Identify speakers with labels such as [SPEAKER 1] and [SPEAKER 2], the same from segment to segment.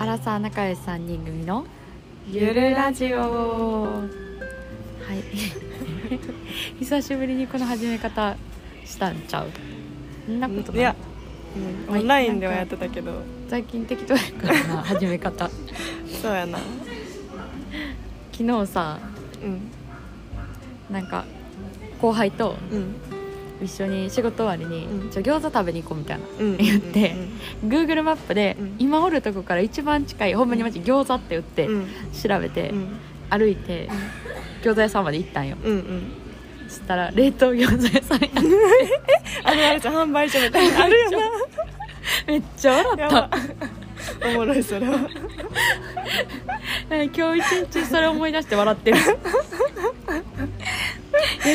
[SPEAKER 1] アサー仲良し3人組の
[SPEAKER 2] ゆるラジオ
[SPEAKER 1] はい 久しぶりにこの始め方したんちゃうそんなことない
[SPEAKER 2] や、
[SPEAKER 1] う
[SPEAKER 2] うんん、オンラインではやってたけど
[SPEAKER 1] 最近適当やからな始め 方
[SPEAKER 2] そうやな
[SPEAKER 1] 昨日さ
[SPEAKER 2] うん
[SPEAKER 1] なんか後輩と
[SPEAKER 2] うん
[SPEAKER 1] 一緒に仕事終わりに、
[SPEAKER 2] うん
[SPEAKER 1] ちょ餃子食べに行こうみたいな
[SPEAKER 2] うん
[SPEAKER 1] 言ってグーグルマップで、
[SPEAKER 2] うん
[SPEAKER 1] 今おるとこから一番近いほんまにマジ餃子って打って
[SPEAKER 2] うん
[SPEAKER 1] 調べて、
[SPEAKER 2] うん
[SPEAKER 1] 歩いて餃子屋さんまで行ったんよ
[SPEAKER 2] うんうん
[SPEAKER 1] そしたら冷凍餃子屋さんや
[SPEAKER 2] あるあるじゃん販売所みたいなあるよ
[SPEAKER 1] めっちゃ
[SPEAKER 2] な
[SPEAKER 1] 笑
[SPEAKER 2] や
[SPEAKER 1] っ
[SPEAKER 2] ば
[SPEAKER 1] た
[SPEAKER 2] おもろいそれは
[SPEAKER 1] 今日一日それ思い出して笑って る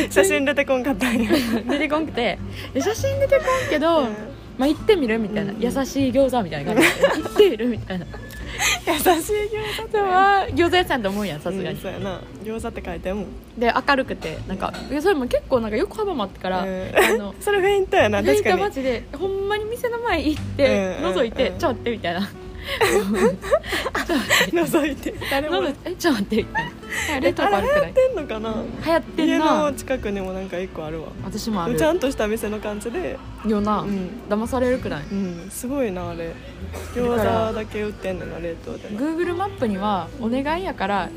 [SPEAKER 2] 写真出てこんかったんや
[SPEAKER 1] 出てこんくていや写真出てこんけど、
[SPEAKER 2] うん
[SPEAKER 1] まあ行ってみるみたいな、
[SPEAKER 2] うん
[SPEAKER 1] 優しい餃子みたいな感じで行ってみるみたい な
[SPEAKER 2] 優しい餃子
[SPEAKER 1] でもまあ餃子屋さんと思うやんさすが
[SPEAKER 2] うん
[SPEAKER 1] に
[SPEAKER 2] そうやな餃子って書いてあるもん
[SPEAKER 1] で明るくてなんかいやそれも結構なんか横幅もあったから、
[SPEAKER 2] う
[SPEAKER 1] あの
[SPEAKER 2] んそれフェイントやな
[SPEAKER 1] レイ
[SPEAKER 2] 確
[SPEAKER 1] カ
[SPEAKER 2] かに
[SPEAKER 1] マジでほんまに店の前行って、
[SPEAKER 2] うんうん
[SPEAKER 1] 覗いて、
[SPEAKER 2] うん
[SPEAKER 1] ちょっと待ってみたいな
[SPEAKER 2] 覗いて誰も
[SPEAKER 1] 覗いてえちょっと待ってみたいな冷凍庫
[SPEAKER 2] あ
[SPEAKER 1] あ
[SPEAKER 2] れ
[SPEAKER 1] る
[SPEAKER 2] 流
[SPEAKER 1] く
[SPEAKER 2] 行
[SPEAKER 1] ら
[SPEAKER 2] っ
[SPEAKER 1] い
[SPEAKER 2] てんのかな
[SPEAKER 1] 流行って
[SPEAKER 2] 家
[SPEAKER 1] んな
[SPEAKER 2] の近くにもなんか一個あるわ
[SPEAKER 1] 私もある
[SPEAKER 2] ちゃんとした店の感じで
[SPEAKER 1] よな、
[SPEAKER 2] うん
[SPEAKER 1] 騙されるくらい
[SPEAKER 2] うんすごいなあれ
[SPEAKER 1] だから
[SPEAKER 2] 餃子だけ売ってんのな冷凍でな
[SPEAKER 1] Google マップにはお願いやから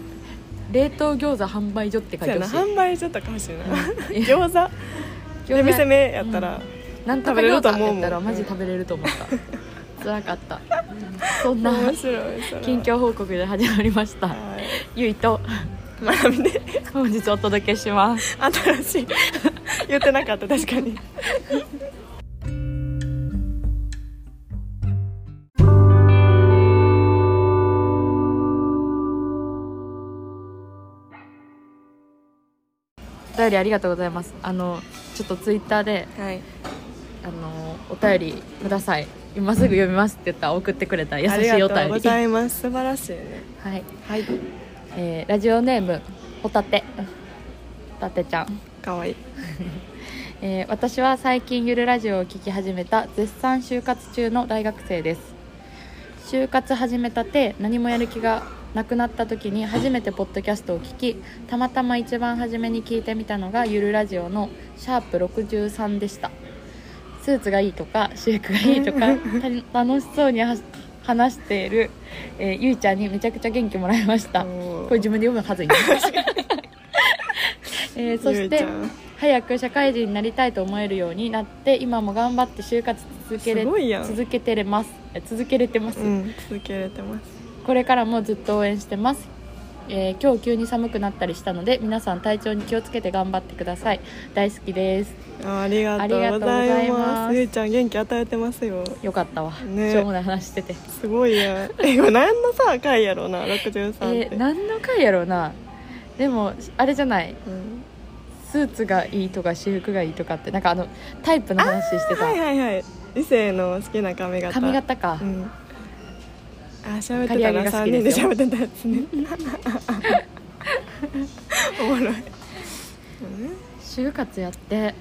[SPEAKER 1] 冷凍餃子販売所って書
[SPEAKER 2] そ
[SPEAKER 1] いう
[SPEAKER 2] や
[SPEAKER 1] て
[SPEAKER 2] な
[SPEAKER 1] ほしい
[SPEAKER 2] 販売所とか欲しいな
[SPEAKER 1] いや
[SPEAKER 2] 餃子で店名やったら
[SPEAKER 1] なんとか餃子って言ったらマジ食べれると思った辛かったそんな
[SPEAKER 2] 面白いそれは
[SPEAKER 1] 近況報告で始まりました
[SPEAKER 2] は
[SPEAKER 1] ゆいと
[SPEAKER 2] いまなみで
[SPEAKER 1] 本日お届けします
[SPEAKER 2] 新しい言ってなかった確かに
[SPEAKER 1] お便りありがとうございますあのちょっとツイッターで
[SPEAKER 2] はい
[SPEAKER 1] あのお便りください今すぐ読みますって言ったら送ってくれた優し
[SPEAKER 2] あ
[SPEAKER 1] い
[SPEAKER 2] り
[SPEAKER 1] お
[SPEAKER 2] がとう
[SPEAKER 1] 便
[SPEAKER 2] ご
[SPEAKER 1] り
[SPEAKER 2] ざいます素晴らしいね
[SPEAKER 1] はい、
[SPEAKER 2] はい
[SPEAKER 1] えーラジオネームホタテホタテちゃん
[SPEAKER 2] かわいい
[SPEAKER 1] えー私は最近ゆるラジオを聞き始めた絶賛就活中の大学生です就活始めたて何もやる気がなくなった時に初めてポッドキャストを聞きたまたま一番初めに聞いてみたのがゆるラジオの「シャープ #63」でしたスーツがいいとか私服がいいとかた楽しそうには話している、えーゆいちゃんにめちゃくちゃ元気もらいました
[SPEAKER 2] おー
[SPEAKER 1] これ自分で読むはずいね えーそ
[SPEAKER 2] ゆ
[SPEAKER 1] し
[SPEAKER 2] いち
[SPEAKER 1] て
[SPEAKER 2] ゃん
[SPEAKER 1] 早く社会人になりたいと思えるようになって今も頑張って就活続けれ
[SPEAKER 2] すごいやん
[SPEAKER 1] 続けてれますえ続けれてます、
[SPEAKER 2] うん続けれてます
[SPEAKER 1] これからもずっと応援してます、えー今日急に寒くなったりしたので皆さん体調に気をつけて頑張ってください大好きです
[SPEAKER 2] あありがとうござい
[SPEAKER 1] ありが
[SPEAKER 2] ま
[SPEAKER 1] とうございます
[SPEAKER 2] すゆいちゃん元気与えてますよ
[SPEAKER 1] よかったわ、
[SPEAKER 2] ね
[SPEAKER 1] しょうもない話してて
[SPEAKER 2] すごいやんえこれ何のさ回やろうな63
[SPEAKER 1] え
[SPEAKER 2] って、
[SPEAKER 1] ー何の回やろうなでもあれじゃない
[SPEAKER 2] うん
[SPEAKER 1] スーツがいいとか私服がいいとかってなんかあのタイプの話して
[SPEAKER 2] はい
[SPEAKER 1] た
[SPEAKER 2] はいはい異性の好きな髪型
[SPEAKER 1] 髪型か、
[SPEAKER 2] うんあ喋ってた
[SPEAKER 1] 刈り上げが
[SPEAKER 2] な
[SPEAKER 1] 好
[SPEAKER 2] 三
[SPEAKER 1] き
[SPEAKER 2] 人
[SPEAKER 1] で
[SPEAKER 2] です
[SPEAKER 1] よ
[SPEAKER 2] 喋ってたやつね おもろい
[SPEAKER 1] 就活やって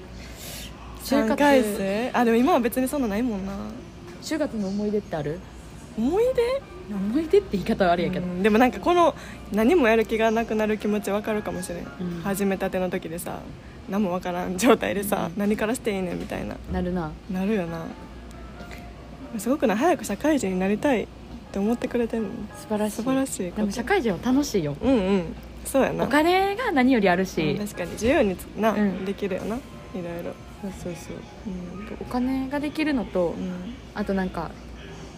[SPEAKER 1] 就
[SPEAKER 2] 3
[SPEAKER 1] 活
[SPEAKER 2] 回生あでも今は別にそんなないもんな
[SPEAKER 1] 就活の思い出ってある
[SPEAKER 2] 思い出
[SPEAKER 1] 思い出って言い方はあれやけど、
[SPEAKER 2] うんでもなんかこの何もやる気がなくなる気持ちわかるかもしれん、
[SPEAKER 1] うん
[SPEAKER 2] 始めたての時でさ何もわからん状態でさ、何からしていいねんみたいな
[SPEAKER 1] なるな
[SPEAKER 2] なるよなすごくない早く社会人になりたいって思ってくれてるの
[SPEAKER 1] 素晴らしい
[SPEAKER 2] 素晴らしいこと
[SPEAKER 1] でも社会人は楽しいよ
[SPEAKER 2] うんうんそうやな
[SPEAKER 1] お金が何よりある
[SPEAKER 2] う
[SPEAKER 1] し
[SPEAKER 2] ん、確かに自由につな、
[SPEAKER 1] うん
[SPEAKER 2] できるよないろいろ
[SPEAKER 1] そうそうそう
[SPEAKER 2] うん
[SPEAKER 1] お金ができるのと
[SPEAKER 2] うん
[SPEAKER 1] あとなんか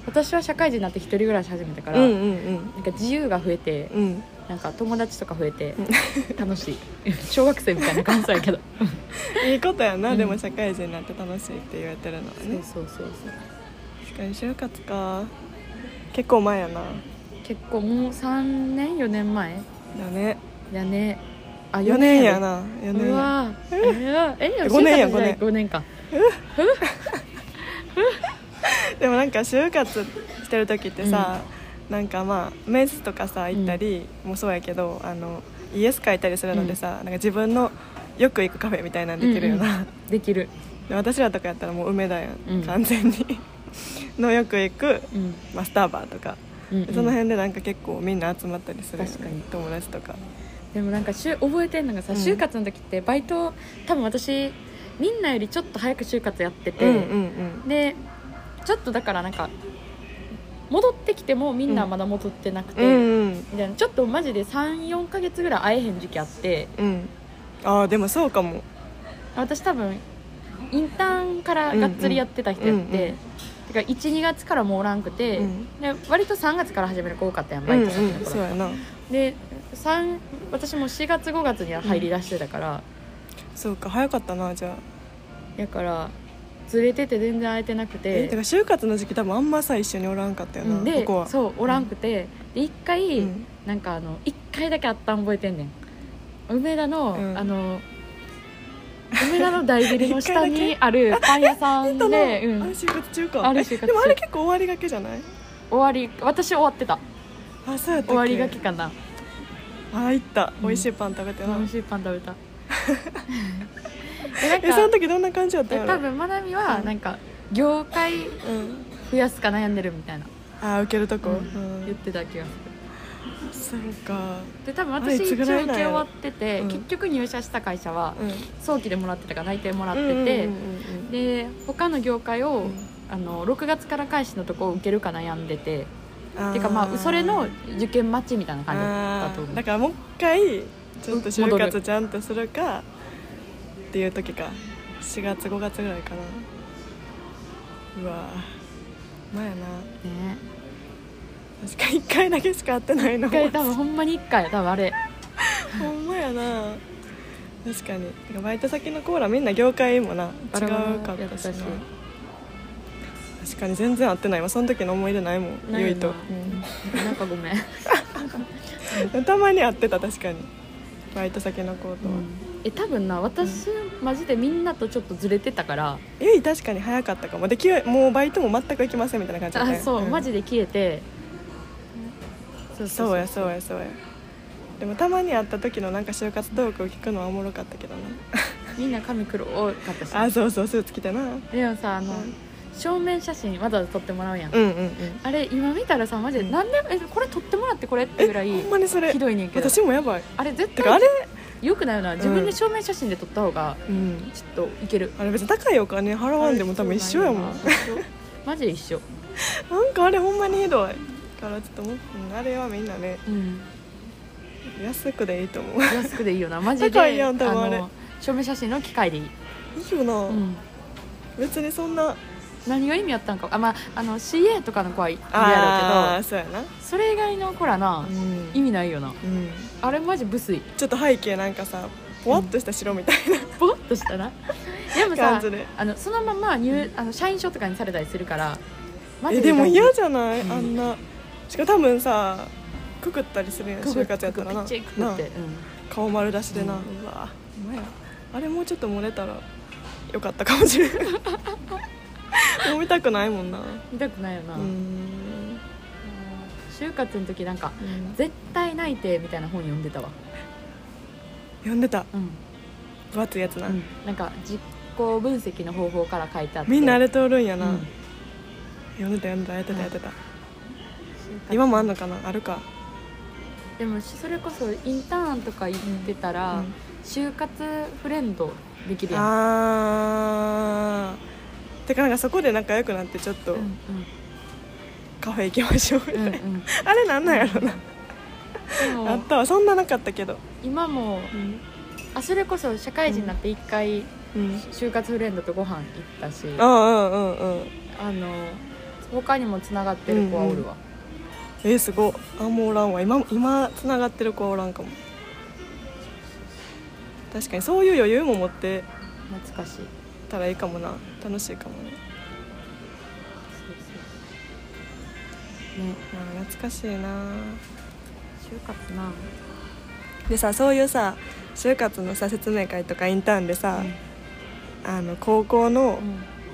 [SPEAKER 1] 私は社会人になって一人暮らし始めたから、
[SPEAKER 2] うんうん
[SPEAKER 1] なんか自由が増えて
[SPEAKER 2] うんうん
[SPEAKER 1] なんか友達とか増えて楽しい 小学生みたいな感想やけど
[SPEAKER 2] いいことやな、
[SPEAKER 1] うん
[SPEAKER 2] でも社会人になって楽しいって言われてるのは
[SPEAKER 1] そう
[SPEAKER 2] ね
[SPEAKER 1] そうそうそう
[SPEAKER 2] 確かに就活か結構前やな
[SPEAKER 1] 結構もう3年4年前
[SPEAKER 2] だね
[SPEAKER 1] やねあ
[SPEAKER 2] 4年やな4年
[SPEAKER 1] う
[SPEAKER 2] や
[SPEAKER 1] わーええ
[SPEAKER 2] 五年や
[SPEAKER 1] 五5年か
[SPEAKER 2] でもなんか就活してる時ってさ、なんかまあメンスとかさ行ったりもそうやけど、あのイエス書いたりするのでさ、なんか自分のよく行くカフェみたいなんできるよな、
[SPEAKER 1] できる
[SPEAKER 2] で私らとかやったらもう梅だよ、
[SPEAKER 1] うん
[SPEAKER 2] 完全に のよく行く
[SPEAKER 1] うん
[SPEAKER 2] マスターバーとか
[SPEAKER 1] うんうん
[SPEAKER 2] でその辺でなんか結構みんな集まったりするよね
[SPEAKER 1] 確かに
[SPEAKER 2] 友達とか
[SPEAKER 1] でもなんか就覚えてるのがさ、
[SPEAKER 2] うん
[SPEAKER 1] 就活の時ってバイト多分私みんなよりちょっと早く就活やってて、
[SPEAKER 2] うんうんうん
[SPEAKER 1] でちょっとだからなんか戻ってきてもみんなはまだ戻ってなくて、
[SPEAKER 2] うんうん
[SPEAKER 1] みたいなちょっとマジで34ヶ月ぐらい会えへん時期あって
[SPEAKER 2] うんああでもそうかも
[SPEAKER 1] 私多分インターンからがっつりやってた人やって、
[SPEAKER 2] うんうんうんうん
[SPEAKER 1] だから12月からもうおらんくて、
[SPEAKER 2] うん
[SPEAKER 1] で割と3月から始める子多かったやん
[SPEAKER 2] う
[SPEAKER 1] バイ
[SPEAKER 2] んう
[SPEAKER 1] ト先の
[SPEAKER 2] ん
[SPEAKER 1] 頃、
[SPEAKER 2] そうやな
[SPEAKER 1] で三私も4月5月には入り出してたから、
[SPEAKER 2] そうか早かったなじゃあ
[SPEAKER 1] だからずれてて全然会えてなく
[SPEAKER 2] えて
[SPEAKER 1] て
[SPEAKER 2] か、就活の時期多分あんまさ一緒におらんかったよ
[SPEAKER 1] うん
[SPEAKER 2] な
[SPEAKER 1] で
[SPEAKER 2] ここは
[SPEAKER 1] そうおらんくて、で1回、
[SPEAKER 2] うん
[SPEAKER 1] なんかあの1回だけあったん覚えてんねん梅田の、
[SPEAKER 2] うん
[SPEAKER 1] あの梅田の大ビルの下
[SPEAKER 2] 一回
[SPEAKER 1] にあるパン屋さ
[SPEAKER 2] えっ
[SPEAKER 1] んで、
[SPEAKER 2] となあれ
[SPEAKER 1] うん終
[SPEAKER 2] 就活中か
[SPEAKER 1] あれ
[SPEAKER 2] え
[SPEAKER 1] 就活中
[SPEAKER 2] でもあれ結構終わりがけじゃない
[SPEAKER 1] わり私終わってた
[SPEAKER 2] あそうやったっけ
[SPEAKER 1] 終わりがけかな
[SPEAKER 2] あ行った
[SPEAKER 1] うん
[SPEAKER 2] 美味しいパン食べてな、
[SPEAKER 1] 美味しいパン食べ たえなんか
[SPEAKER 2] えその時どんな感じだった
[SPEAKER 1] え
[SPEAKER 2] の
[SPEAKER 1] 多分まなみは
[SPEAKER 2] うん
[SPEAKER 1] なんか業界
[SPEAKER 2] うん
[SPEAKER 1] 増やすか悩んでるみたいな
[SPEAKER 2] あ受けるとこ、
[SPEAKER 1] う
[SPEAKER 2] うんん
[SPEAKER 1] 言ってた気がする
[SPEAKER 2] そうか
[SPEAKER 1] で多分
[SPEAKER 2] あ
[SPEAKER 1] 私一
[SPEAKER 2] いつ
[SPEAKER 1] 応
[SPEAKER 2] ぐ
[SPEAKER 1] 受
[SPEAKER 2] ら
[SPEAKER 1] け終
[SPEAKER 2] いなんやろ
[SPEAKER 1] わってて、
[SPEAKER 2] うん
[SPEAKER 1] 結局入社した会社は
[SPEAKER 2] うん
[SPEAKER 1] 早期でもらってたから内定もらってて、
[SPEAKER 2] うんうんうんうん
[SPEAKER 1] で他の業界を、
[SPEAKER 2] うん
[SPEAKER 1] あの6月から開始のとこを受けるか悩んでて
[SPEAKER 2] あー
[SPEAKER 1] てかまあそれの受験待ちみたいな感じだ
[SPEAKER 2] あ
[SPEAKER 1] ったと
[SPEAKER 2] ー
[SPEAKER 1] 思
[SPEAKER 2] だ
[SPEAKER 1] う
[SPEAKER 2] からもう一回ちょっと就
[SPEAKER 1] 戻
[SPEAKER 2] 活
[SPEAKER 1] る
[SPEAKER 2] ちゃんとするかっていう時か4月5月ぐらいかなうわまあやな
[SPEAKER 1] ね
[SPEAKER 2] 確か1回だけしか会ってないの
[SPEAKER 1] 一回多分ほんまに1回多分あれ
[SPEAKER 2] ほんまやな確かにてかバイト先のコーラみんな業界もな違
[SPEAKER 1] バラバラ
[SPEAKER 2] うかっ
[SPEAKER 1] やったた
[SPEAKER 2] し
[SPEAKER 1] し
[SPEAKER 2] な確かに全然会ってないわその時の思い出ないもん
[SPEAKER 1] ない
[SPEAKER 2] ゆ
[SPEAKER 1] よ
[SPEAKER 2] いと
[SPEAKER 1] な、うんなんかごめん、
[SPEAKER 2] うんたまに会ってた確かにバイト先の子とは、
[SPEAKER 1] え多分な私マジでみんなとちょっとずれてたから、
[SPEAKER 2] ゆい確かに早かったかもできもうバイトも全く行きませんみたいな感じだった
[SPEAKER 1] あ
[SPEAKER 2] よ
[SPEAKER 1] そう、
[SPEAKER 2] ん
[SPEAKER 1] マジで消えて、そう
[SPEAKER 2] そうやそうやそうやでもたまに会った時のなんか就活トークを聞くのはおもろかったけ どな
[SPEAKER 1] みんな髪黒多かったし
[SPEAKER 2] あそうそうスーツ着てなうん
[SPEAKER 1] でもさあの、
[SPEAKER 2] うん
[SPEAKER 1] 正面写真わざわざ撮ってもらうやん、
[SPEAKER 2] うんうん
[SPEAKER 1] あれ今見たらさマジで、
[SPEAKER 2] うん
[SPEAKER 1] なんでえこれ撮ってもらってこれってぐらい
[SPEAKER 2] ほんまにそれ
[SPEAKER 1] ひどいねんけど
[SPEAKER 2] 私もやばい
[SPEAKER 1] あれ絶
[SPEAKER 2] てかあ
[SPEAKER 1] 対
[SPEAKER 2] れ
[SPEAKER 1] よくないよな自
[SPEAKER 2] う
[SPEAKER 1] 分
[SPEAKER 2] ん
[SPEAKER 1] で正面写真で撮った方が
[SPEAKER 2] うん
[SPEAKER 1] ちょっといける、
[SPEAKER 2] あれ別に高いお金払わんでも多分一緒やもん
[SPEAKER 1] そうなんよなマジで一緒、
[SPEAKER 2] なんかあれほんまにひどいからちょっともう、うんあれはみんなね
[SPEAKER 1] うん、
[SPEAKER 2] 安くでいいと思う い
[SPEAKER 1] 安くでいいよなマジで
[SPEAKER 2] 高いやん多分あれ
[SPEAKER 1] の正面写真の機械でいい、
[SPEAKER 2] いよな、
[SPEAKER 1] うん、
[SPEAKER 2] 別にそんな
[SPEAKER 1] 何が意味あったんかあまああの CA とかの子はいいや
[SPEAKER 2] あ
[SPEAKER 1] ろ
[SPEAKER 2] あ
[SPEAKER 1] うけ
[SPEAKER 2] そうやな
[SPEAKER 1] どそれ以外の子らな、
[SPEAKER 2] ん
[SPEAKER 1] 意味ないよな
[SPEAKER 2] うん
[SPEAKER 1] あれマジ無粋
[SPEAKER 2] ちょっと背景なんかさぽわっとした白みたい
[SPEAKER 1] ぼーっとした なでも
[SPEAKER 2] な
[SPEAKER 1] さ
[SPEAKER 2] 感じで、
[SPEAKER 1] あのそのまま入あの社員証とかにされたりするからマ
[SPEAKER 2] え
[SPEAKER 1] ジ
[SPEAKER 2] でも
[SPEAKER 1] 大事
[SPEAKER 2] 嫌じゃない、
[SPEAKER 1] うん
[SPEAKER 2] あんなしかも多分さくくったりするやん
[SPEAKER 1] くぐ
[SPEAKER 2] 就活やったらな
[SPEAKER 1] くぐってくぐ
[SPEAKER 2] な
[SPEAKER 1] って
[SPEAKER 2] 顔丸出しでな、
[SPEAKER 1] う
[SPEAKER 2] うわお前あれもうちょっと漏れたらよかったかも しれないもう見たくないもんな
[SPEAKER 1] うん痛くないよな、
[SPEAKER 2] う
[SPEAKER 1] うん
[SPEAKER 2] ん
[SPEAKER 1] 就活の時なんか「絶対内定」みたいな本読んでたわ
[SPEAKER 2] 読んでた
[SPEAKER 1] うん、
[SPEAKER 2] 分厚いやつな、
[SPEAKER 1] うんなんか実行分析の方法から書いてあって
[SPEAKER 2] みんなあれ通るんやな、
[SPEAKER 1] うん
[SPEAKER 2] 読んでた読んでたやってた
[SPEAKER 1] うん
[SPEAKER 2] やってた、
[SPEAKER 1] 就活
[SPEAKER 2] 今もあんのかなあるか
[SPEAKER 1] でもそれこそインターンとか行ってたら、
[SPEAKER 2] うん
[SPEAKER 1] 就活フレンドできるやん
[SPEAKER 2] あーてかなんかそこで仲良くなってちょっと
[SPEAKER 1] うんうん
[SPEAKER 2] カフェ行きましょうみたい
[SPEAKER 1] うんう
[SPEAKER 2] な、
[SPEAKER 1] ん、で
[SPEAKER 2] あれなんなんやろな、あっ
[SPEAKER 1] も
[SPEAKER 2] たわそんななかったけど
[SPEAKER 1] 今も
[SPEAKER 2] うん、
[SPEAKER 1] あそれこそ社会人になって一回
[SPEAKER 2] うん、
[SPEAKER 1] 就活フレンドとご飯行ったし、
[SPEAKER 2] ああうんうんうん
[SPEAKER 1] あの他にもつながってる子はおるわ、
[SPEAKER 2] えー、すごいあもうおらんわ今今つながってる子はおらんかも確かにそういう余裕も持って
[SPEAKER 1] 懐かしいそう
[SPEAKER 2] たらいいかもな楽しいかもね
[SPEAKER 1] そうね
[SPEAKER 2] あー懐かしいな
[SPEAKER 1] 就活な
[SPEAKER 2] でさそういうさ就活のさ説明会とかインターンでさ、あの高校の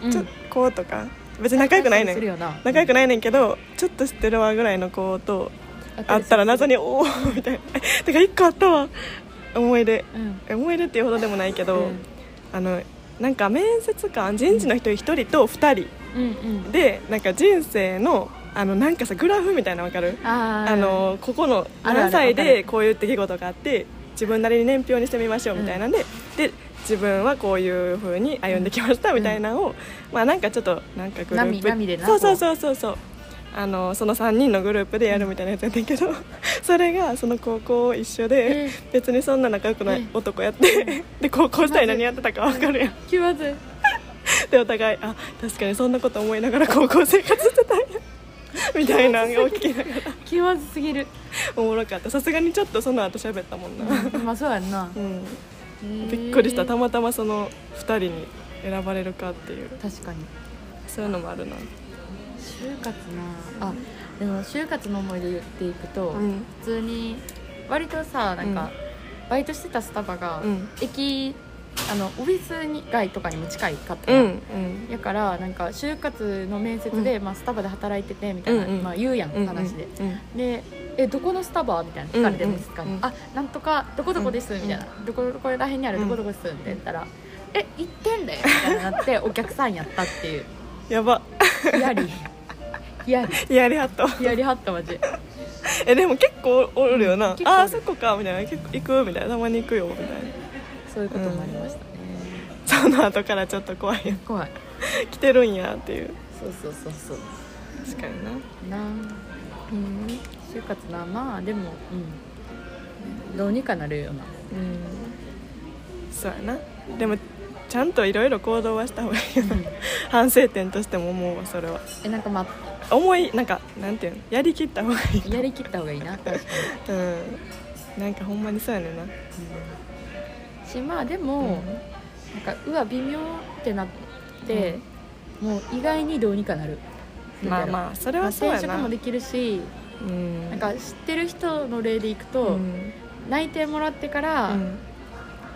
[SPEAKER 1] うん
[SPEAKER 2] ちょ、子とか別に仲良くないねん仲良く
[SPEAKER 1] ない
[SPEAKER 2] ないねんけどちょっと知ってるわぐらいの子と会ったら謎に「おお」みたいな えてか一個あったわ思い出
[SPEAKER 1] うん
[SPEAKER 2] え思い出っていうほどでもないけど、
[SPEAKER 1] うん
[SPEAKER 2] あのなんか面接官人事の人1人と2
[SPEAKER 1] う
[SPEAKER 2] 人
[SPEAKER 1] んうん
[SPEAKER 2] でなんか人生のあのなんかさグラフみたいなのわかる
[SPEAKER 1] あー
[SPEAKER 2] あのここの
[SPEAKER 1] あるある
[SPEAKER 2] 何歳
[SPEAKER 1] わかる
[SPEAKER 2] でこういう出来事があって自分なりに年表にしてみましょうみたいなんで、で自分はこういうふうに歩んできましたみたいなのを、まあなんかちょっとなんかグルー
[SPEAKER 1] 波
[SPEAKER 2] プ
[SPEAKER 1] 波でな
[SPEAKER 2] そうそうそうそうそうあのその3人のグループでやるみたいなやつやってんけどそれがその高校一緒で、
[SPEAKER 1] え
[SPEAKER 2] 別にそんな仲良くな
[SPEAKER 1] え
[SPEAKER 2] い男やって、で高校時代何やってたか分かるやん
[SPEAKER 1] 気まずい
[SPEAKER 2] でお互いあ確かにそんなこと思いながら高校生活してたんやみたいなのを聞きながら
[SPEAKER 1] 気まずすぎる
[SPEAKER 2] おもろかったさすがにちょっとその後喋ったもんな、
[SPEAKER 1] まあそうやんな
[SPEAKER 2] うん、 び
[SPEAKER 1] び
[SPEAKER 2] っくりしたたまたまその2人に選ばれるかっていう
[SPEAKER 1] 確かに
[SPEAKER 2] そういうのもあるな
[SPEAKER 1] 就活なあでも就活の思い出言っていくと、
[SPEAKER 2] うん
[SPEAKER 1] 普通に割とさなんか、バイトしてたスタバが、
[SPEAKER 2] うん
[SPEAKER 1] 駅あのオフィスに街とかにも近いかった
[SPEAKER 2] う
[SPEAKER 1] やん
[SPEAKER 2] んうん
[SPEAKER 1] だからなんか就活の面接で、まあ、スタバで働いててみたいな、
[SPEAKER 2] うんうん
[SPEAKER 1] まあ、言うやん、
[SPEAKER 2] うん
[SPEAKER 1] 話で。
[SPEAKER 2] うん
[SPEAKER 1] でえどこのスタバみたいな聞かれて
[SPEAKER 2] うんうん
[SPEAKER 1] ですか
[SPEAKER 2] う
[SPEAKER 1] に
[SPEAKER 2] ん
[SPEAKER 1] あなんとかどこどこですみたいなどこどこら辺にある
[SPEAKER 2] う
[SPEAKER 1] ど
[SPEAKER 2] ん
[SPEAKER 1] こどこですって言ったらえ行ってんだよみたいになってお客さんやったっていう
[SPEAKER 2] やば
[SPEAKER 1] ヒヤリヒヤリ
[SPEAKER 2] やりはったわ
[SPEAKER 1] ヒヤリハットマジ
[SPEAKER 2] えでも結構おるよな、
[SPEAKER 1] うん結構おる
[SPEAKER 2] ああそこかみたいな結構行くみたいなたまに行くよみたいな
[SPEAKER 1] そういうこともありましたね
[SPEAKER 2] その後からちょっと怖い よ
[SPEAKER 1] 怖い
[SPEAKER 2] 来てるんやっていう
[SPEAKER 1] そうそうそうそう
[SPEAKER 2] 確かにな
[SPEAKER 1] なうん就活なまあでもうんどうにかなるような
[SPEAKER 2] うんそうやなでもちゃんといろいろ行動はした方がいいよな反省点としても思うわそれは
[SPEAKER 1] えなんかまあ
[SPEAKER 2] 思いなんかなんていうのやりきった方がいい
[SPEAKER 1] やりきった方がいいな確かに
[SPEAKER 2] うんなんかほんまにそうやねんな
[SPEAKER 1] しまあでも、なんかうわ微妙ってなって、もう意外にどうにかなる
[SPEAKER 2] うんまあまあそれ
[SPEAKER 1] まあ
[SPEAKER 2] はそうや
[SPEAKER 1] 転職
[SPEAKER 2] な
[SPEAKER 1] もできるし、
[SPEAKER 2] うん
[SPEAKER 1] なんか知ってる人の例でいく
[SPEAKER 2] う
[SPEAKER 1] と、
[SPEAKER 2] ん
[SPEAKER 1] 内定もらってか
[SPEAKER 2] う
[SPEAKER 1] ら、
[SPEAKER 2] ん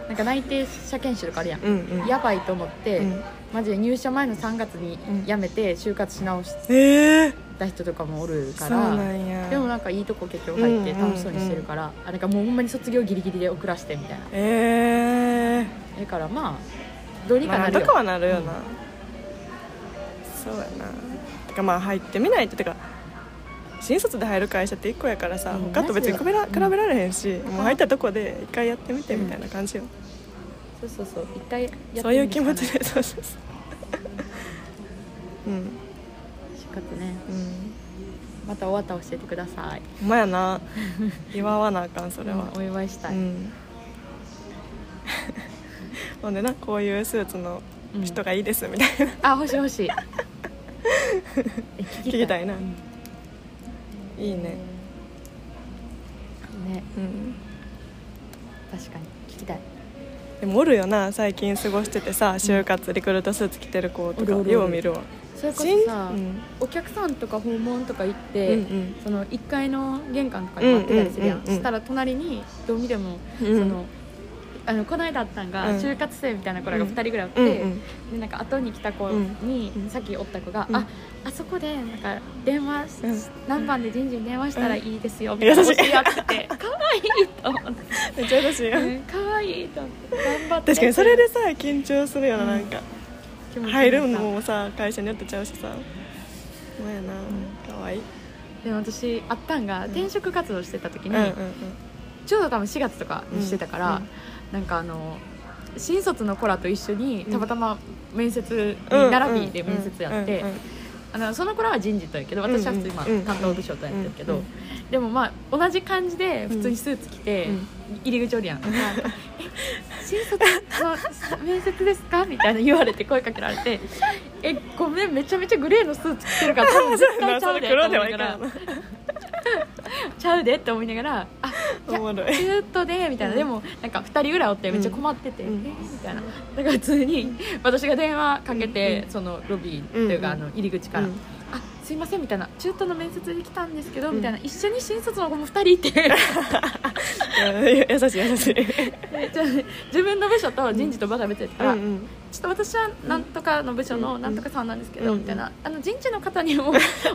[SPEAKER 1] なんか内定者研修とかあるやん、
[SPEAKER 2] うんうん
[SPEAKER 1] やばいと思って、
[SPEAKER 2] うん
[SPEAKER 1] マジで入社前の3月に
[SPEAKER 2] うん
[SPEAKER 1] 辞めて就活し直し
[SPEAKER 2] ええ
[SPEAKER 1] た人とかもおる
[SPEAKER 2] そ
[SPEAKER 1] か
[SPEAKER 2] う
[SPEAKER 1] ら、
[SPEAKER 2] なんや
[SPEAKER 1] でもなんかいいとこ結局入って楽しそうにしてるから、あなんかもうほんまに卒業ギリギリで遅らしてみたいな
[SPEAKER 2] え
[SPEAKER 1] だからまあどう
[SPEAKER 2] え
[SPEAKER 1] に
[SPEAKER 2] ま
[SPEAKER 1] かな
[SPEAKER 2] あなん
[SPEAKER 1] るよ、
[SPEAKER 2] とかはなるよな
[SPEAKER 1] うん
[SPEAKER 2] そうやなてかまあ入ってみないとてか新卒で入る会社って1個やからさ
[SPEAKER 1] うん
[SPEAKER 2] 他と別に比べら
[SPEAKER 1] うん
[SPEAKER 2] 比べられへんしもう入ったとこで一回やってみてみたいな感じよ
[SPEAKER 1] そうそうそう一回やってみる
[SPEAKER 2] そういう気持
[SPEAKER 1] しか
[SPEAKER 2] ち
[SPEAKER 1] ない
[SPEAKER 2] でそうそうそううん
[SPEAKER 1] 就活ね
[SPEAKER 2] うん
[SPEAKER 1] また終わったら教えてください
[SPEAKER 2] ほんまやな祝わなあかんそれは
[SPEAKER 1] うんお祝いした
[SPEAKER 2] う
[SPEAKER 1] い、
[SPEAKER 2] んほんでなこういうスーツの人がいいですみたいな
[SPEAKER 1] あ欲しい欲し いえ
[SPEAKER 2] 聞きたいないうい
[SPEAKER 1] ん
[SPEAKER 2] ね
[SPEAKER 1] ね
[SPEAKER 2] うん
[SPEAKER 1] 確かに聞きたい
[SPEAKER 2] でもおるよな最近過ごしててさ就活リクルートスーツ着てる子
[SPEAKER 1] おる
[SPEAKER 2] とか
[SPEAKER 1] おるおる
[SPEAKER 2] よう見るわ
[SPEAKER 1] それこ
[SPEAKER 2] しん
[SPEAKER 1] そさ、
[SPEAKER 2] うん
[SPEAKER 1] お客さんとか訪問とか行っ
[SPEAKER 2] う
[SPEAKER 1] て、
[SPEAKER 2] ん
[SPEAKER 1] その1階の玄関とかに待ってたりするやん,、
[SPEAKER 2] うんうんうんうん
[SPEAKER 1] したら隣にどう見ても、
[SPEAKER 2] うん
[SPEAKER 1] そのあのこないだあったんが、
[SPEAKER 2] うん
[SPEAKER 1] 就活生みたいな子らが2人ぐらいおっ
[SPEAKER 2] うんう
[SPEAKER 1] て、
[SPEAKER 2] ん
[SPEAKER 1] でなんか後に来た子に、
[SPEAKER 2] うん
[SPEAKER 1] さっきおった子が、
[SPEAKER 2] うん
[SPEAKER 1] ああそこでなんか電話し、
[SPEAKER 2] うん
[SPEAKER 1] 何番で人事に電話したらいいですよみたいな教
[SPEAKER 2] 優しい
[SPEAKER 1] え合って て可愛いと思って
[SPEAKER 2] めっちゃ優しいよ
[SPEAKER 1] うん可愛いと思って頑張って
[SPEAKER 2] 確かにそれでさ緊張するよな
[SPEAKER 1] うん
[SPEAKER 2] なんか
[SPEAKER 1] 気持ちいい
[SPEAKER 2] 入るのもさ会社によってちゃうしさほんまやな可愛い
[SPEAKER 1] でも私あったんが転職活動してた時
[SPEAKER 2] う
[SPEAKER 1] に、
[SPEAKER 2] んうん
[SPEAKER 1] ちょうど多分4月とかにしてたから、
[SPEAKER 2] うん
[SPEAKER 1] なんかあの新卒の子らと一緒に
[SPEAKER 2] うん
[SPEAKER 1] たまたま面接
[SPEAKER 2] うんうん
[SPEAKER 1] に並びで面接やって、
[SPEAKER 2] うんうん
[SPEAKER 1] あのその子らは人事とやけど私は普通に、まあ
[SPEAKER 2] うんうん
[SPEAKER 1] 担当部署とやってるけど、
[SPEAKER 2] うん
[SPEAKER 1] でもまあ同じ感じで普通にスーツ着て、
[SPEAKER 2] うん
[SPEAKER 1] 入り口おりやん。なんかえ新卒の面接ですかみたいな言われて声かけられ て「えごめんめちゃめちゃグレーのスーツ着てるから多分絶対ちゃうで」と 思いながら
[SPEAKER 2] な
[SPEAKER 1] 「ちゃうで」って思いながら「あい
[SPEAKER 2] お
[SPEAKER 1] や
[SPEAKER 2] もろ
[SPEAKER 1] キ
[SPEAKER 2] い
[SPEAKER 1] ュートでみたいな、
[SPEAKER 2] うん
[SPEAKER 1] でもなんか2人ぐらいおってめっちゃ困ってて、
[SPEAKER 2] うん
[SPEAKER 1] えーみたいなだから普通に私が電話かけて、そのロビーっていうか、
[SPEAKER 2] うん
[SPEAKER 1] あの入り口から「
[SPEAKER 2] うん
[SPEAKER 1] あすいません」みたいな「中途の面接で来たんですけど」
[SPEAKER 2] うん
[SPEAKER 1] みたいな一緒に新卒の子も2人い て
[SPEAKER 2] 優しい優しい
[SPEAKER 1] でちょ自分の部署と人事とまだ別やったから、
[SPEAKER 2] うんうん
[SPEAKER 1] ちょっと私はなんとかの部署の
[SPEAKER 2] うん
[SPEAKER 1] なんとかさんなんですけど、
[SPEAKER 2] うん
[SPEAKER 1] みたいなあの人事の方にも お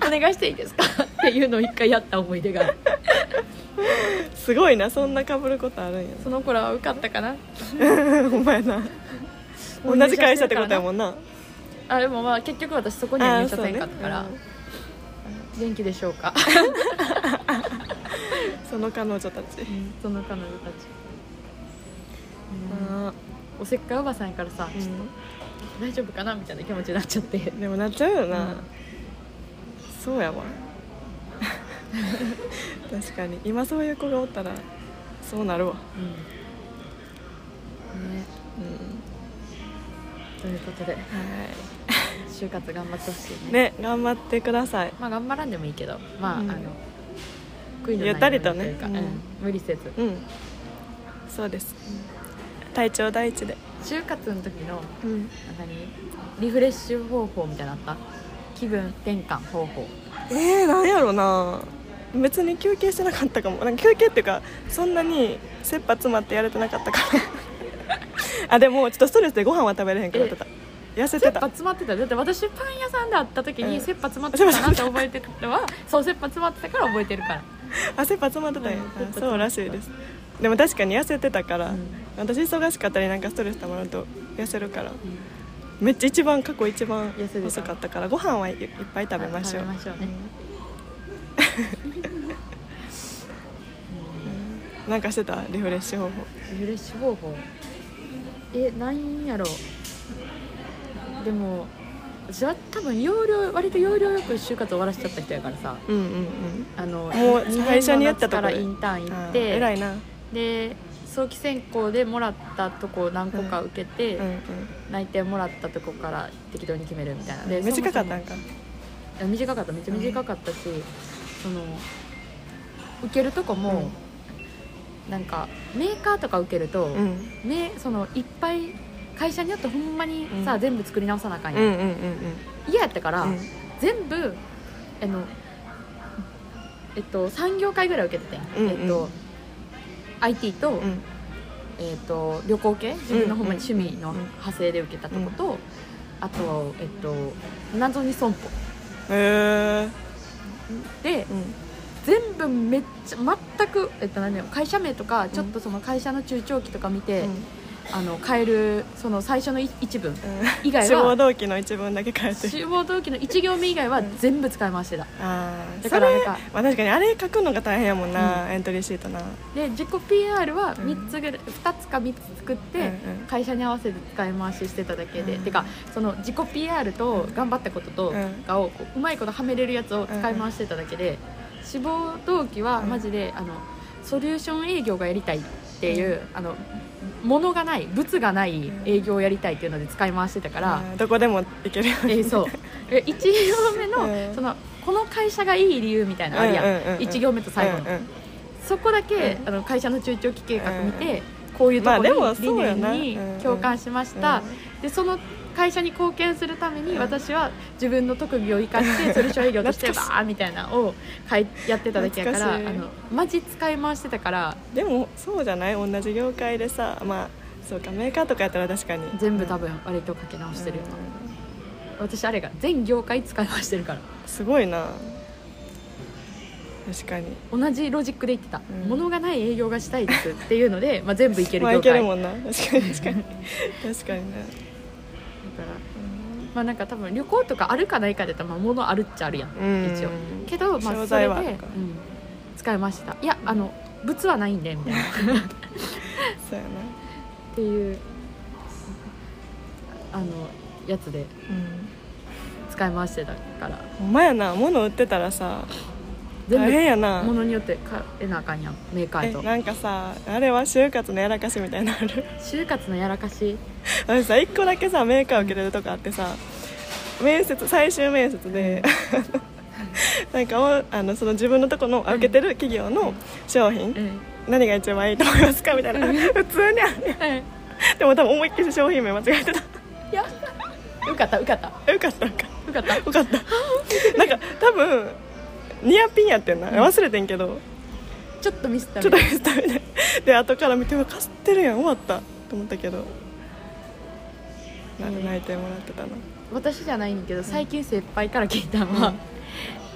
[SPEAKER 1] 願いしていいですかっていうのを1回やった思い出があ る
[SPEAKER 2] すごいなそんな被ることあるんや
[SPEAKER 1] その子らは受かったか な
[SPEAKER 2] なほんまやな
[SPEAKER 1] もう
[SPEAKER 2] 同じ会社ってことやもんな
[SPEAKER 1] あでもまあ結局私そこには
[SPEAKER 2] あ
[SPEAKER 1] 入
[SPEAKER 2] ー
[SPEAKER 1] 社
[SPEAKER 2] そう
[SPEAKER 1] せん
[SPEAKER 2] ね
[SPEAKER 1] かったから。
[SPEAKER 2] うん
[SPEAKER 1] 元気でしょうか
[SPEAKER 2] その彼女たち、
[SPEAKER 1] その彼女たち、うん
[SPEAKER 2] あ
[SPEAKER 1] おせっかいおばさんやからさ、
[SPEAKER 2] ー
[SPEAKER 1] ちょっと大丈夫かなみたいな気持ちになっちゃって
[SPEAKER 2] うんでもなっちゃうよな、
[SPEAKER 1] うん
[SPEAKER 2] そうや わ確かに今そういう子がおったらそうなるわ
[SPEAKER 1] うんね
[SPEAKER 2] うん
[SPEAKER 1] ということで
[SPEAKER 2] は
[SPEAKER 1] 就活頑張ってほしい
[SPEAKER 2] い
[SPEAKER 1] ね
[SPEAKER 2] ね頑張ってください
[SPEAKER 1] まあ頑張らんでもいいけどまあ、
[SPEAKER 2] うん
[SPEAKER 1] あの悔いのない
[SPEAKER 2] ゆったりとね
[SPEAKER 1] ようにいうか、
[SPEAKER 2] うん
[SPEAKER 1] うん無理せず
[SPEAKER 2] うんそうです、体調第一で
[SPEAKER 1] 就活の時の
[SPEAKER 2] うん
[SPEAKER 1] 何リフレッシュ方法みたいなのあった気分転換方法
[SPEAKER 2] えー、なんやろな別に休憩してなかったかもなんか休憩っていうかそんなに切羽詰まってやれてなかったから あでもちょっとストレスでご飯は食べれへんくなってた痩せ
[SPEAKER 1] 切
[SPEAKER 2] て
[SPEAKER 1] 羽
[SPEAKER 2] た
[SPEAKER 1] 詰まってただって私パン屋さんで会った時
[SPEAKER 2] う
[SPEAKER 1] に
[SPEAKER 2] ん
[SPEAKER 1] 切羽詰まってたなって覚えてた のはそう切羽詰まってたから覚えてるから
[SPEAKER 2] あ切羽詰まってたんや
[SPEAKER 1] うん切羽詰まってた
[SPEAKER 2] そうらしいですでも確かに痩せてたから、
[SPEAKER 1] うん
[SPEAKER 2] 私忙しかったりなんかストレスたまると痩せるからめっちゃ一番過去一番
[SPEAKER 1] 痩せてた
[SPEAKER 2] 細かったからご飯はいいっぱい食べまし
[SPEAKER 1] 食べ
[SPEAKER 2] ょう
[SPEAKER 1] ましょうね
[SPEAKER 2] うん なんかしてたリフレッシュ方法
[SPEAKER 1] リフレッシュ方法えなんやろでも私は多分容量割と容量よく就活終わらしちゃった人やからさ
[SPEAKER 2] うんうんうん
[SPEAKER 1] あの
[SPEAKER 2] もう
[SPEAKER 1] 二年
[SPEAKER 2] 最初にやったと
[SPEAKER 1] 後の夏か
[SPEAKER 2] こ
[SPEAKER 1] ら
[SPEAKER 2] で
[SPEAKER 1] インターン行っ
[SPEAKER 2] あー偉
[SPEAKER 1] て
[SPEAKER 2] いな
[SPEAKER 1] で早期選考でもらったとこ何個か受けて、
[SPEAKER 2] うん
[SPEAKER 1] 内定もらったとこから適当に決めるみたいな
[SPEAKER 2] う
[SPEAKER 1] で
[SPEAKER 2] ん短かっ
[SPEAKER 1] そもそ
[SPEAKER 2] た
[SPEAKER 1] もい
[SPEAKER 2] んか
[SPEAKER 1] や短かっためっちゃ短かったし、その受けるとこも、なんかメーカーとか受けると、
[SPEAKER 2] うんうん
[SPEAKER 1] ねそのいっぱい会社によってほんまにさ、
[SPEAKER 2] うん
[SPEAKER 1] 全部作り直さなあかん
[SPEAKER 2] う
[SPEAKER 1] や、
[SPEAKER 2] んうんんうん
[SPEAKER 1] 嫌やったから、
[SPEAKER 2] うん
[SPEAKER 1] 全部あのえっと3業界ぐらい受けてて、
[SPEAKER 2] うん
[SPEAKER 1] えっと IT と,、
[SPEAKER 2] うん
[SPEAKER 1] えっと旅行系自分のほんまに趣味の
[SPEAKER 2] うん
[SPEAKER 1] 派生で受けたとこと、あとえっと謎に損保
[SPEAKER 2] へえ
[SPEAKER 1] で全部めっちゃ全く、えっと、何だろう会社名とかちょっとその会社の中長期とか見て、あの変えるその最初のい一文以外
[SPEAKER 2] 志望
[SPEAKER 1] は
[SPEAKER 2] 動機の一文だけ変えてる
[SPEAKER 1] 志望動機の1行目以外は全部使い回してた
[SPEAKER 2] ああ
[SPEAKER 1] だ
[SPEAKER 2] だ
[SPEAKER 1] か
[SPEAKER 2] からら
[SPEAKER 1] なん
[SPEAKER 2] れ
[SPEAKER 1] か
[SPEAKER 2] まあ確かにあれ書くのが大変やもんな、エントリーシートな
[SPEAKER 1] で自己 PR は
[SPEAKER 2] うん
[SPEAKER 1] 3つぐらい2つか3つ作って
[SPEAKER 2] うんうん
[SPEAKER 1] 会社に合わせて使い回ししてただけで、
[SPEAKER 2] うん
[SPEAKER 1] てかその自己 PR と頑張ったことと
[SPEAKER 2] うん
[SPEAKER 1] かをこううまいことはめれるやつを使い回してただけで志望動機はマジで、あのソリューション営業がやりたいっていう、あの物がない物がない営業をやりたいっていうので使い回してたから。
[SPEAKER 2] うんどこでも行けるように
[SPEAKER 1] えー そう1行目の,、
[SPEAKER 2] うん
[SPEAKER 1] そのこの会社がいい理由みたいなのあるやん,、
[SPEAKER 2] うんうんうんうん
[SPEAKER 1] 1行目と最後の、
[SPEAKER 2] うんうん
[SPEAKER 1] そこだけ、
[SPEAKER 2] う
[SPEAKER 1] あの会社の中長期計画見て、こういうとこ
[SPEAKER 2] まあでも
[SPEAKER 1] ろに理
[SPEAKER 2] そうやな
[SPEAKER 1] 念に
[SPEAKER 2] うんうん
[SPEAKER 1] 共感しました、でその会社に貢献するために私は自分の特技を生かして それ商営業としてバ
[SPEAKER 2] 懐かし
[SPEAKER 1] ー
[SPEAKER 2] い
[SPEAKER 1] みたいなのをかいやってただけやからあ
[SPEAKER 2] 懐かしい
[SPEAKER 1] のマジ使い回してたから
[SPEAKER 2] でもそうじゃない同じ業界でさまあそうかメーカーとかやったら確かに
[SPEAKER 1] 全部多
[SPEAKER 2] 食
[SPEAKER 1] 分割とかけ直
[SPEAKER 2] べ
[SPEAKER 1] してる、私あれが全業界使い回してるから
[SPEAKER 2] すごいな確かに
[SPEAKER 1] 同じロジックで言ってた、
[SPEAKER 2] うん
[SPEAKER 1] 物がない営業がしたいですっていうので、まあ、全部いける
[SPEAKER 2] まあ
[SPEAKER 1] 業
[SPEAKER 2] いけ
[SPEAKER 1] 界、
[SPEAKER 2] るもんな 確かに確かに確かにね、
[SPEAKER 1] だからまあなんか多分旅行とかあるかないかで言ったらまあ物あるっちゃあるやん、
[SPEAKER 2] うん
[SPEAKER 1] 一応けどまあ
[SPEAKER 2] 商
[SPEAKER 1] それ
[SPEAKER 2] 材
[SPEAKER 1] で、
[SPEAKER 2] はあ
[SPEAKER 1] う
[SPEAKER 2] る
[SPEAKER 1] ん
[SPEAKER 2] か、
[SPEAKER 1] 使いましたいやあの物はないんでみた いなっ
[SPEAKER 2] そうやな
[SPEAKER 1] ていうあのやつで使い回してたから
[SPEAKER 2] ほんまやな物売ってたらさ大変
[SPEAKER 1] 全
[SPEAKER 2] やな
[SPEAKER 1] 部物によって買えなあかんやんメーカー
[SPEAKER 2] え
[SPEAKER 1] と
[SPEAKER 2] なんかさあれは就活のやらかしみたいなのある
[SPEAKER 1] 就活のやらかし
[SPEAKER 2] 私さ1個だけさメーカー受けれるとこあってさ面接最終面接でなんかおあのその自分のとこのあ受けてる企業の商品
[SPEAKER 1] うん
[SPEAKER 2] 何が一番いいと思いますかみたいな普通にあるやんでも多分思いっきり商品名間違えてた
[SPEAKER 1] や受かった受かった
[SPEAKER 2] よかったよかった
[SPEAKER 1] 受かった
[SPEAKER 2] よかったなんか多分ニアピンやってんな忘れてんけど
[SPEAKER 1] ちょっとミスった
[SPEAKER 2] ちょ
[SPEAKER 1] み
[SPEAKER 2] っ
[SPEAKER 1] た
[SPEAKER 2] と
[SPEAKER 1] い
[SPEAKER 2] 見せたみたいで後から見て分かってるやん終わったと思ったけどな
[SPEAKER 1] うん
[SPEAKER 2] 泣いてもらってたな
[SPEAKER 1] 私じゃないんだけど最近先輩から聞いたのは、
[SPEAKER 2] うん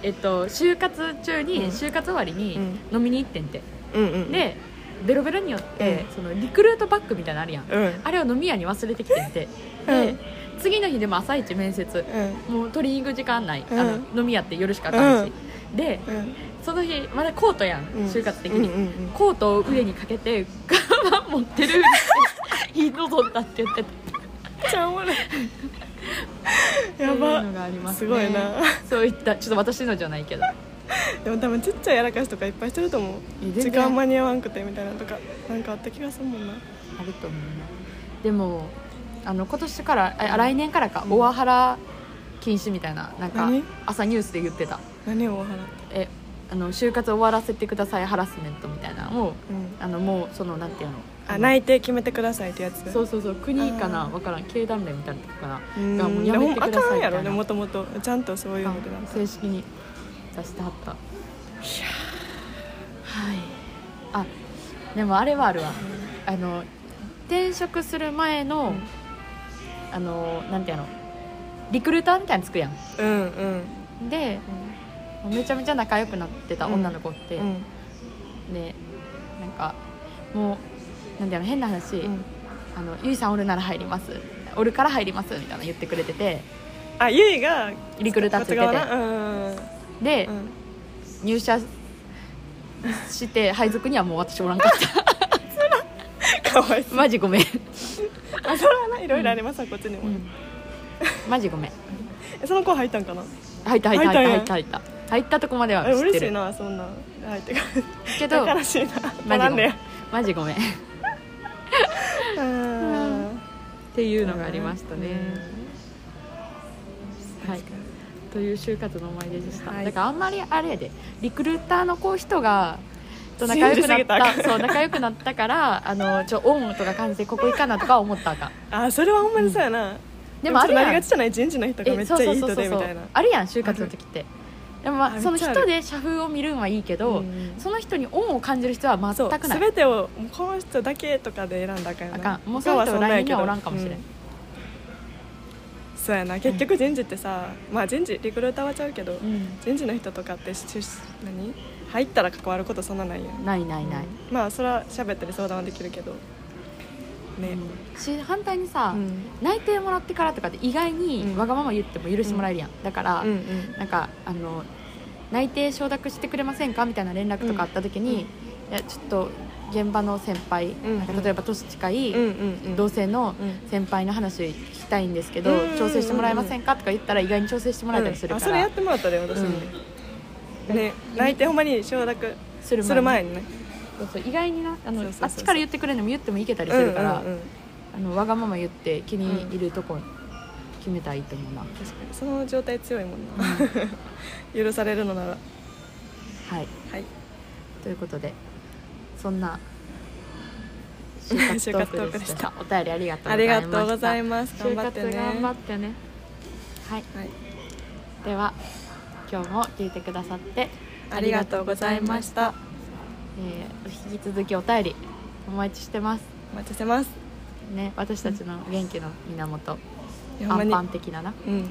[SPEAKER 1] えっと就活中に、
[SPEAKER 2] うん
[SPEAKER 1] 就活終わりに
[SPEAKER 2] う
[SPEAKER 1] 飲みに行ってんて、
[SPEAKER 2] うんうん
[SPEAKER 1] でベロベロによって、
[SPEAKER 2] う
[SPEAKER 1] そのリクルートバッグみたいなのあるやん、
[SPEAKER 2] うん
[SPEAKER 1] あれを飲み屋に忘れてきてんて、
[SPEAKER 2] うん
[SPEAKER 1] で次の日でも朝一面接
[SPEAKER 2] う
[SPEAKER 1] もう取りに行く時間ない、
[SPEAKER 2] うん
[SPEAKER 1] あの飲み屋って夜しかあかんし、で
[SPEAKER 2] んうん
[SPEAKER 1] その日まだコートやん、
[SPEAKER 2] うん
[SPEAKER 1] 就活的に、
[SPEAKER 2] うんうんうん
[SPEAKER 1] コートを上にかけてカバン持ってる って言い臨んだって言ってた
[SPEAKER 2] めっちゃおもろい や
[SPEAKER 1] そういうのがあり
[SPEAKER 2] ば
[SPEAKER 1] ます
[SPEAKER 2] す
[SPEAKER 1] ね
[SPEAKER 2] ごいな
[SPEAKER 1] そういったちょっと私のじゃないけど
[SPEAKER 2] でも多分ちっちゃいやらかしとかいっぱいしてると思う
[SPEAKER 1] いや全然
[SPEAKER 2] 時間間に合わんくてみたいなのとかなんかあった気がするもんな
[SPEAKER 1] あると思うなでもあの今年からあ来年からか、オワハラ禁止みたいななんか
[SPEAKER 2] 何
[SPEAKER 1] 朝ニュースで言ってた
[SPEAKER 2] 何をお話
[SPEAKER 1] えあの就活終わらせてくださいハラスメントみたいなのを
[SPEAKER 2] うん
[SPEAKER 1] あのもうそのなんていうの
[SPEAKER 2] あ
[SPEAKER 1] の
[SPEAKER 2] 内定決めてくださいってやつ
[SPEAKER 1] そうそうそう国かな
[SPEAKER 2] あー
[SPEAKER 1] わからん経団連みたいなとこかな
[SPEAKER 2] うん
[SPEAKER 1] がもうやめてくださいみ
[SPEAKER 2] でもあかん
[SPEAKER 1] た
[SPEAKER 2] や
[SPEAKER 1] いな
[SPEAKER 2] ろねもともとちゃんとそういうのでな
[SPEAKER 1] あ
[SPEAKER 2] んか
[SPEAKER 1] 正式に出してはったはいあでもあれはあるわあの転職する前の、
[SPEAKER 2] うん
[SPEAKER 1] あのなんていうのリクルーターみたいにつくやん
[SPEAKER 2] うんうん
[SPEAKER 1] でめちゃめちゃ仲良くなってた女の子って、
[SPEAKER 2] うんうん
[SPEAKER 1] でなんかもうなんていうの変な話、あのゆいさんおるなら入りますおるから入りますみたいなの言ってくれてて
[SPEAKER 2] あゆいが
[SPEAKER 1] リクルーターついてて
[SPEAKER 2] こっち側なうん
[SPEAKER 1] で、
[SPEAKER 2] うんうん
[SPEAKER 1] 入社して配属にはもう私おらんか っ
[SPEAKER 2] かわい
[SPEAKER 1] た
[SPEAKER 2] そう
[SPEAKER 1] マジごめん、
[SPEAKER 2] あそれはないろいろありますわこっちにも
[SPEAKER 1] マジごめん
[SPEAKER 2] えその子入ったんかな
[SPEAKER 1] 入った入った入
[SPEAKER 2] 入
[SPEAKER 1] っ
[SPEAKER 2] ったた
[SPEAKER 1] 入った入った入ったとこまでは
[SPEAKER 2] え
[SPEAKER 1] 知って
[SPEAKER 2] 嬉しい
[SPEAKER 1] る
[SPEAKER 2] なそんな入って
[SPEAKER 1] けど
[SPEAKER 2] か悲しいな
[SPEAKER 1] マジ
[SPEAKER 2] な
[SPEAKER 1] ご
[SPEAKER 2] ん
[SPEAKER 1] め
[SPEAKER 2] で
[SPEAKER 1] んマジごめんっ
[SPEAKER 2] うん
[SPEAKER 1] ていうのがありましたね、はいという就活の思い出でした、
[SPEAKER 2] はい
[SPEAKER 1] だからあんまりあれやでリクルーターのこう人がと仲良くなっ
[SPEAKER 2] 信じす
[SPEAKER 1] た
[SPEAKER 2] ぎた
[SPEAKER 1] そう仲良くなったからあのちょ恩とか感じてここ行かなとか思ったらあかん
[SPEAKER 2] あそれはほんまにそうやな、
[SPEAKER 1] でもあるや
[SPEAKER 2] ちょっとなり
[SPEAKER 1] ん
[SPEAKER 2] がちじゃない人事の人がめっちゃいい人でみたいな
[SPEAKER 1] あるやん就活の時ってでもまあ
[SPEAKER 2] あ
[SPEAKER 1] その
[SPEAKER 2] めっちゃある
[SPEAKER 1] 人で社風を見るんはいいけど、
[SPEAKER 2] うん
[SPEAKER 1] その人に恩を感じる人は
[SPEAKER 2] そ
[SPEAKER 1] 全
[SPEAKER 2] う
[SPEAKER 1] くない
[SPEAKER 2] 全てをもうこの人だけとかで選んだらあかんよ
[SPEAKER 1] あ
[SPEAKER 2] な
[SPEAKER 1] かんもうそ
[SPEAKER 2] 他
[SPEAKER 1] の
[SPEAKER 2] は
[SPEAKER 1] 人
[SPEAKER 2] そん
[SPEAKER 1] は
[SPEAKER 2] なん
[SPEAKER 1] 来
[SPEAKER 2] やけ
[SPEAKER 1] に
[SPEAKER 2] ど
[SPEAKER 1] はおらんかもしれん、
[SPEAKER 2] うそうやな結局人事ってさ、まあ人事リクルーターはちゃうけど、
[SPEAKER 1] うん
[SPEAKER 2] 人事の人とかって出何入ったら関わることそんなないやん
[SPEAKER 1] ないないない、
[SPEAKER 2] まあそれは喋ったり相談はできるけどね、
[SPEAKER 1] うんし反対にさ、
[SPEAKER 2] うん
[SPEAKER 1] 内定もらってからとかって意外
[SPEAKER 2] う
[SPEAKER 1] に
[SPEAKER 2] ん
[SPEAKER 1] わがまま言っても許してもらえるやん、だから、
[SPEAKER 2] うんうん
[SPEAKER 1] なんかあの内定承諾してくれませんかみたいな連絡とかあった時に、いやちょっと現場の先輩、
[SPEAKER 2] ん
[SPEAKER 1] なんか例えば年近い、
[SPEAKER 2] うんうんうん
[SPEAKER 1] 同性の
[SPEAKER 2] うん
[SPEAKER 1] 先輩の話を聞きたいんですけど、
[SPEAKER 2] うん
[SPEAKER 1] 調整してもらえませんかとか言ったら意外に調整してもらえたりする
[SPEAKER 2] うんあ
[SPEAKER 1] か
[SPEAKER 2] それ
[SPEAKER 1] ら、
[SPEAKER 2] やってもらったで私も、
[SPEAKER 1] うん
[SPEAKER 2] ね内定ほんまに承諾
[SPEAKER 1] する
[SPEAKER 2] する前
[SPEAKER 1] に
[SPEAKER 2] にね
[SPEAKER 1] そうそう意外になあの
[SPEAKER 2] そうそうそうそう
[SPEAKER 1] あっちから言ってくれるのも言ってもいけたりするから、
[SPEAKER 2] うんうんうん
[SPEAKER 1] あのわがまま言って気に入るとこ決めたらいいと思うな、
[SPEAKER 2] 確かにその状態強いもんな 許されるのなら
[SPEAKER 1] はい
[SPEAKER 2] はい
[SPEAKER 1] ということでそん な就活トークでした
[SPEAKER 2] 就活ト
[SPEAKER 1] お便りありがとうございました
[SPEAKER 2] ありがとう
[SPEAKER 1] 就活
[SPEAKER 2] ございます頑張ってね
[SPEAKER 1] 頑張ってねはい
[SPEAKER 2] はい、
[SPEAKER 1] では今日も聞いてくださって
[SPEAKER 2] ありがとうございました
[SPEAKER 1] えー引き続きお便りお待ちしてます
[SPEAKER 2] お待ちしてます
[SPEAKER 1] ね私たちの元気の源、
[SPEAKER 2] いや
[SPEAKER 1] ア
[SPEAKER 2] ほ
[SPEAKER 1] ン
[SPEAKER 2] ん
[SPEAKER 1] パ
[SPEAKER 2] ま
[SPEAKER 1] ン
[SPEAKER 2] に
[SPEAKER 1] 的なな、
[SPEAKER 2] う
[SPEAKER 1] は
[SPEAKER 2] ん
[SPEAKER 1] い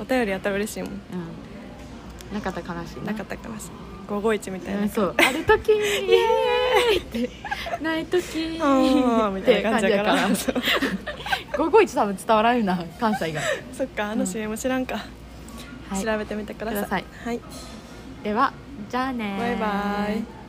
[SPEAKER 2] お便りやったら嬉しいもん
[SPEAKER 1] うん、なかったら悲しいな
[SPEAKER 2] なかったからし551みたいな、
[SPEAKER 1] うんそうある時イエーイってない 時
[SPEAKER 2] あーみたいな感じやから
[SPEAKER 1] って感じやから551多分伝わらんよな関西が
[SPEAKER 2] そっかあの CM 知らんか、
[SPEAKER 1] はい
[SPEAKER 2] 調べてみてください
[SPEAKER 1] ください
[SPEAKER 2] はい
[SPEAKER 1] ではじゃあねー
[SPEAKER 2] バイバイ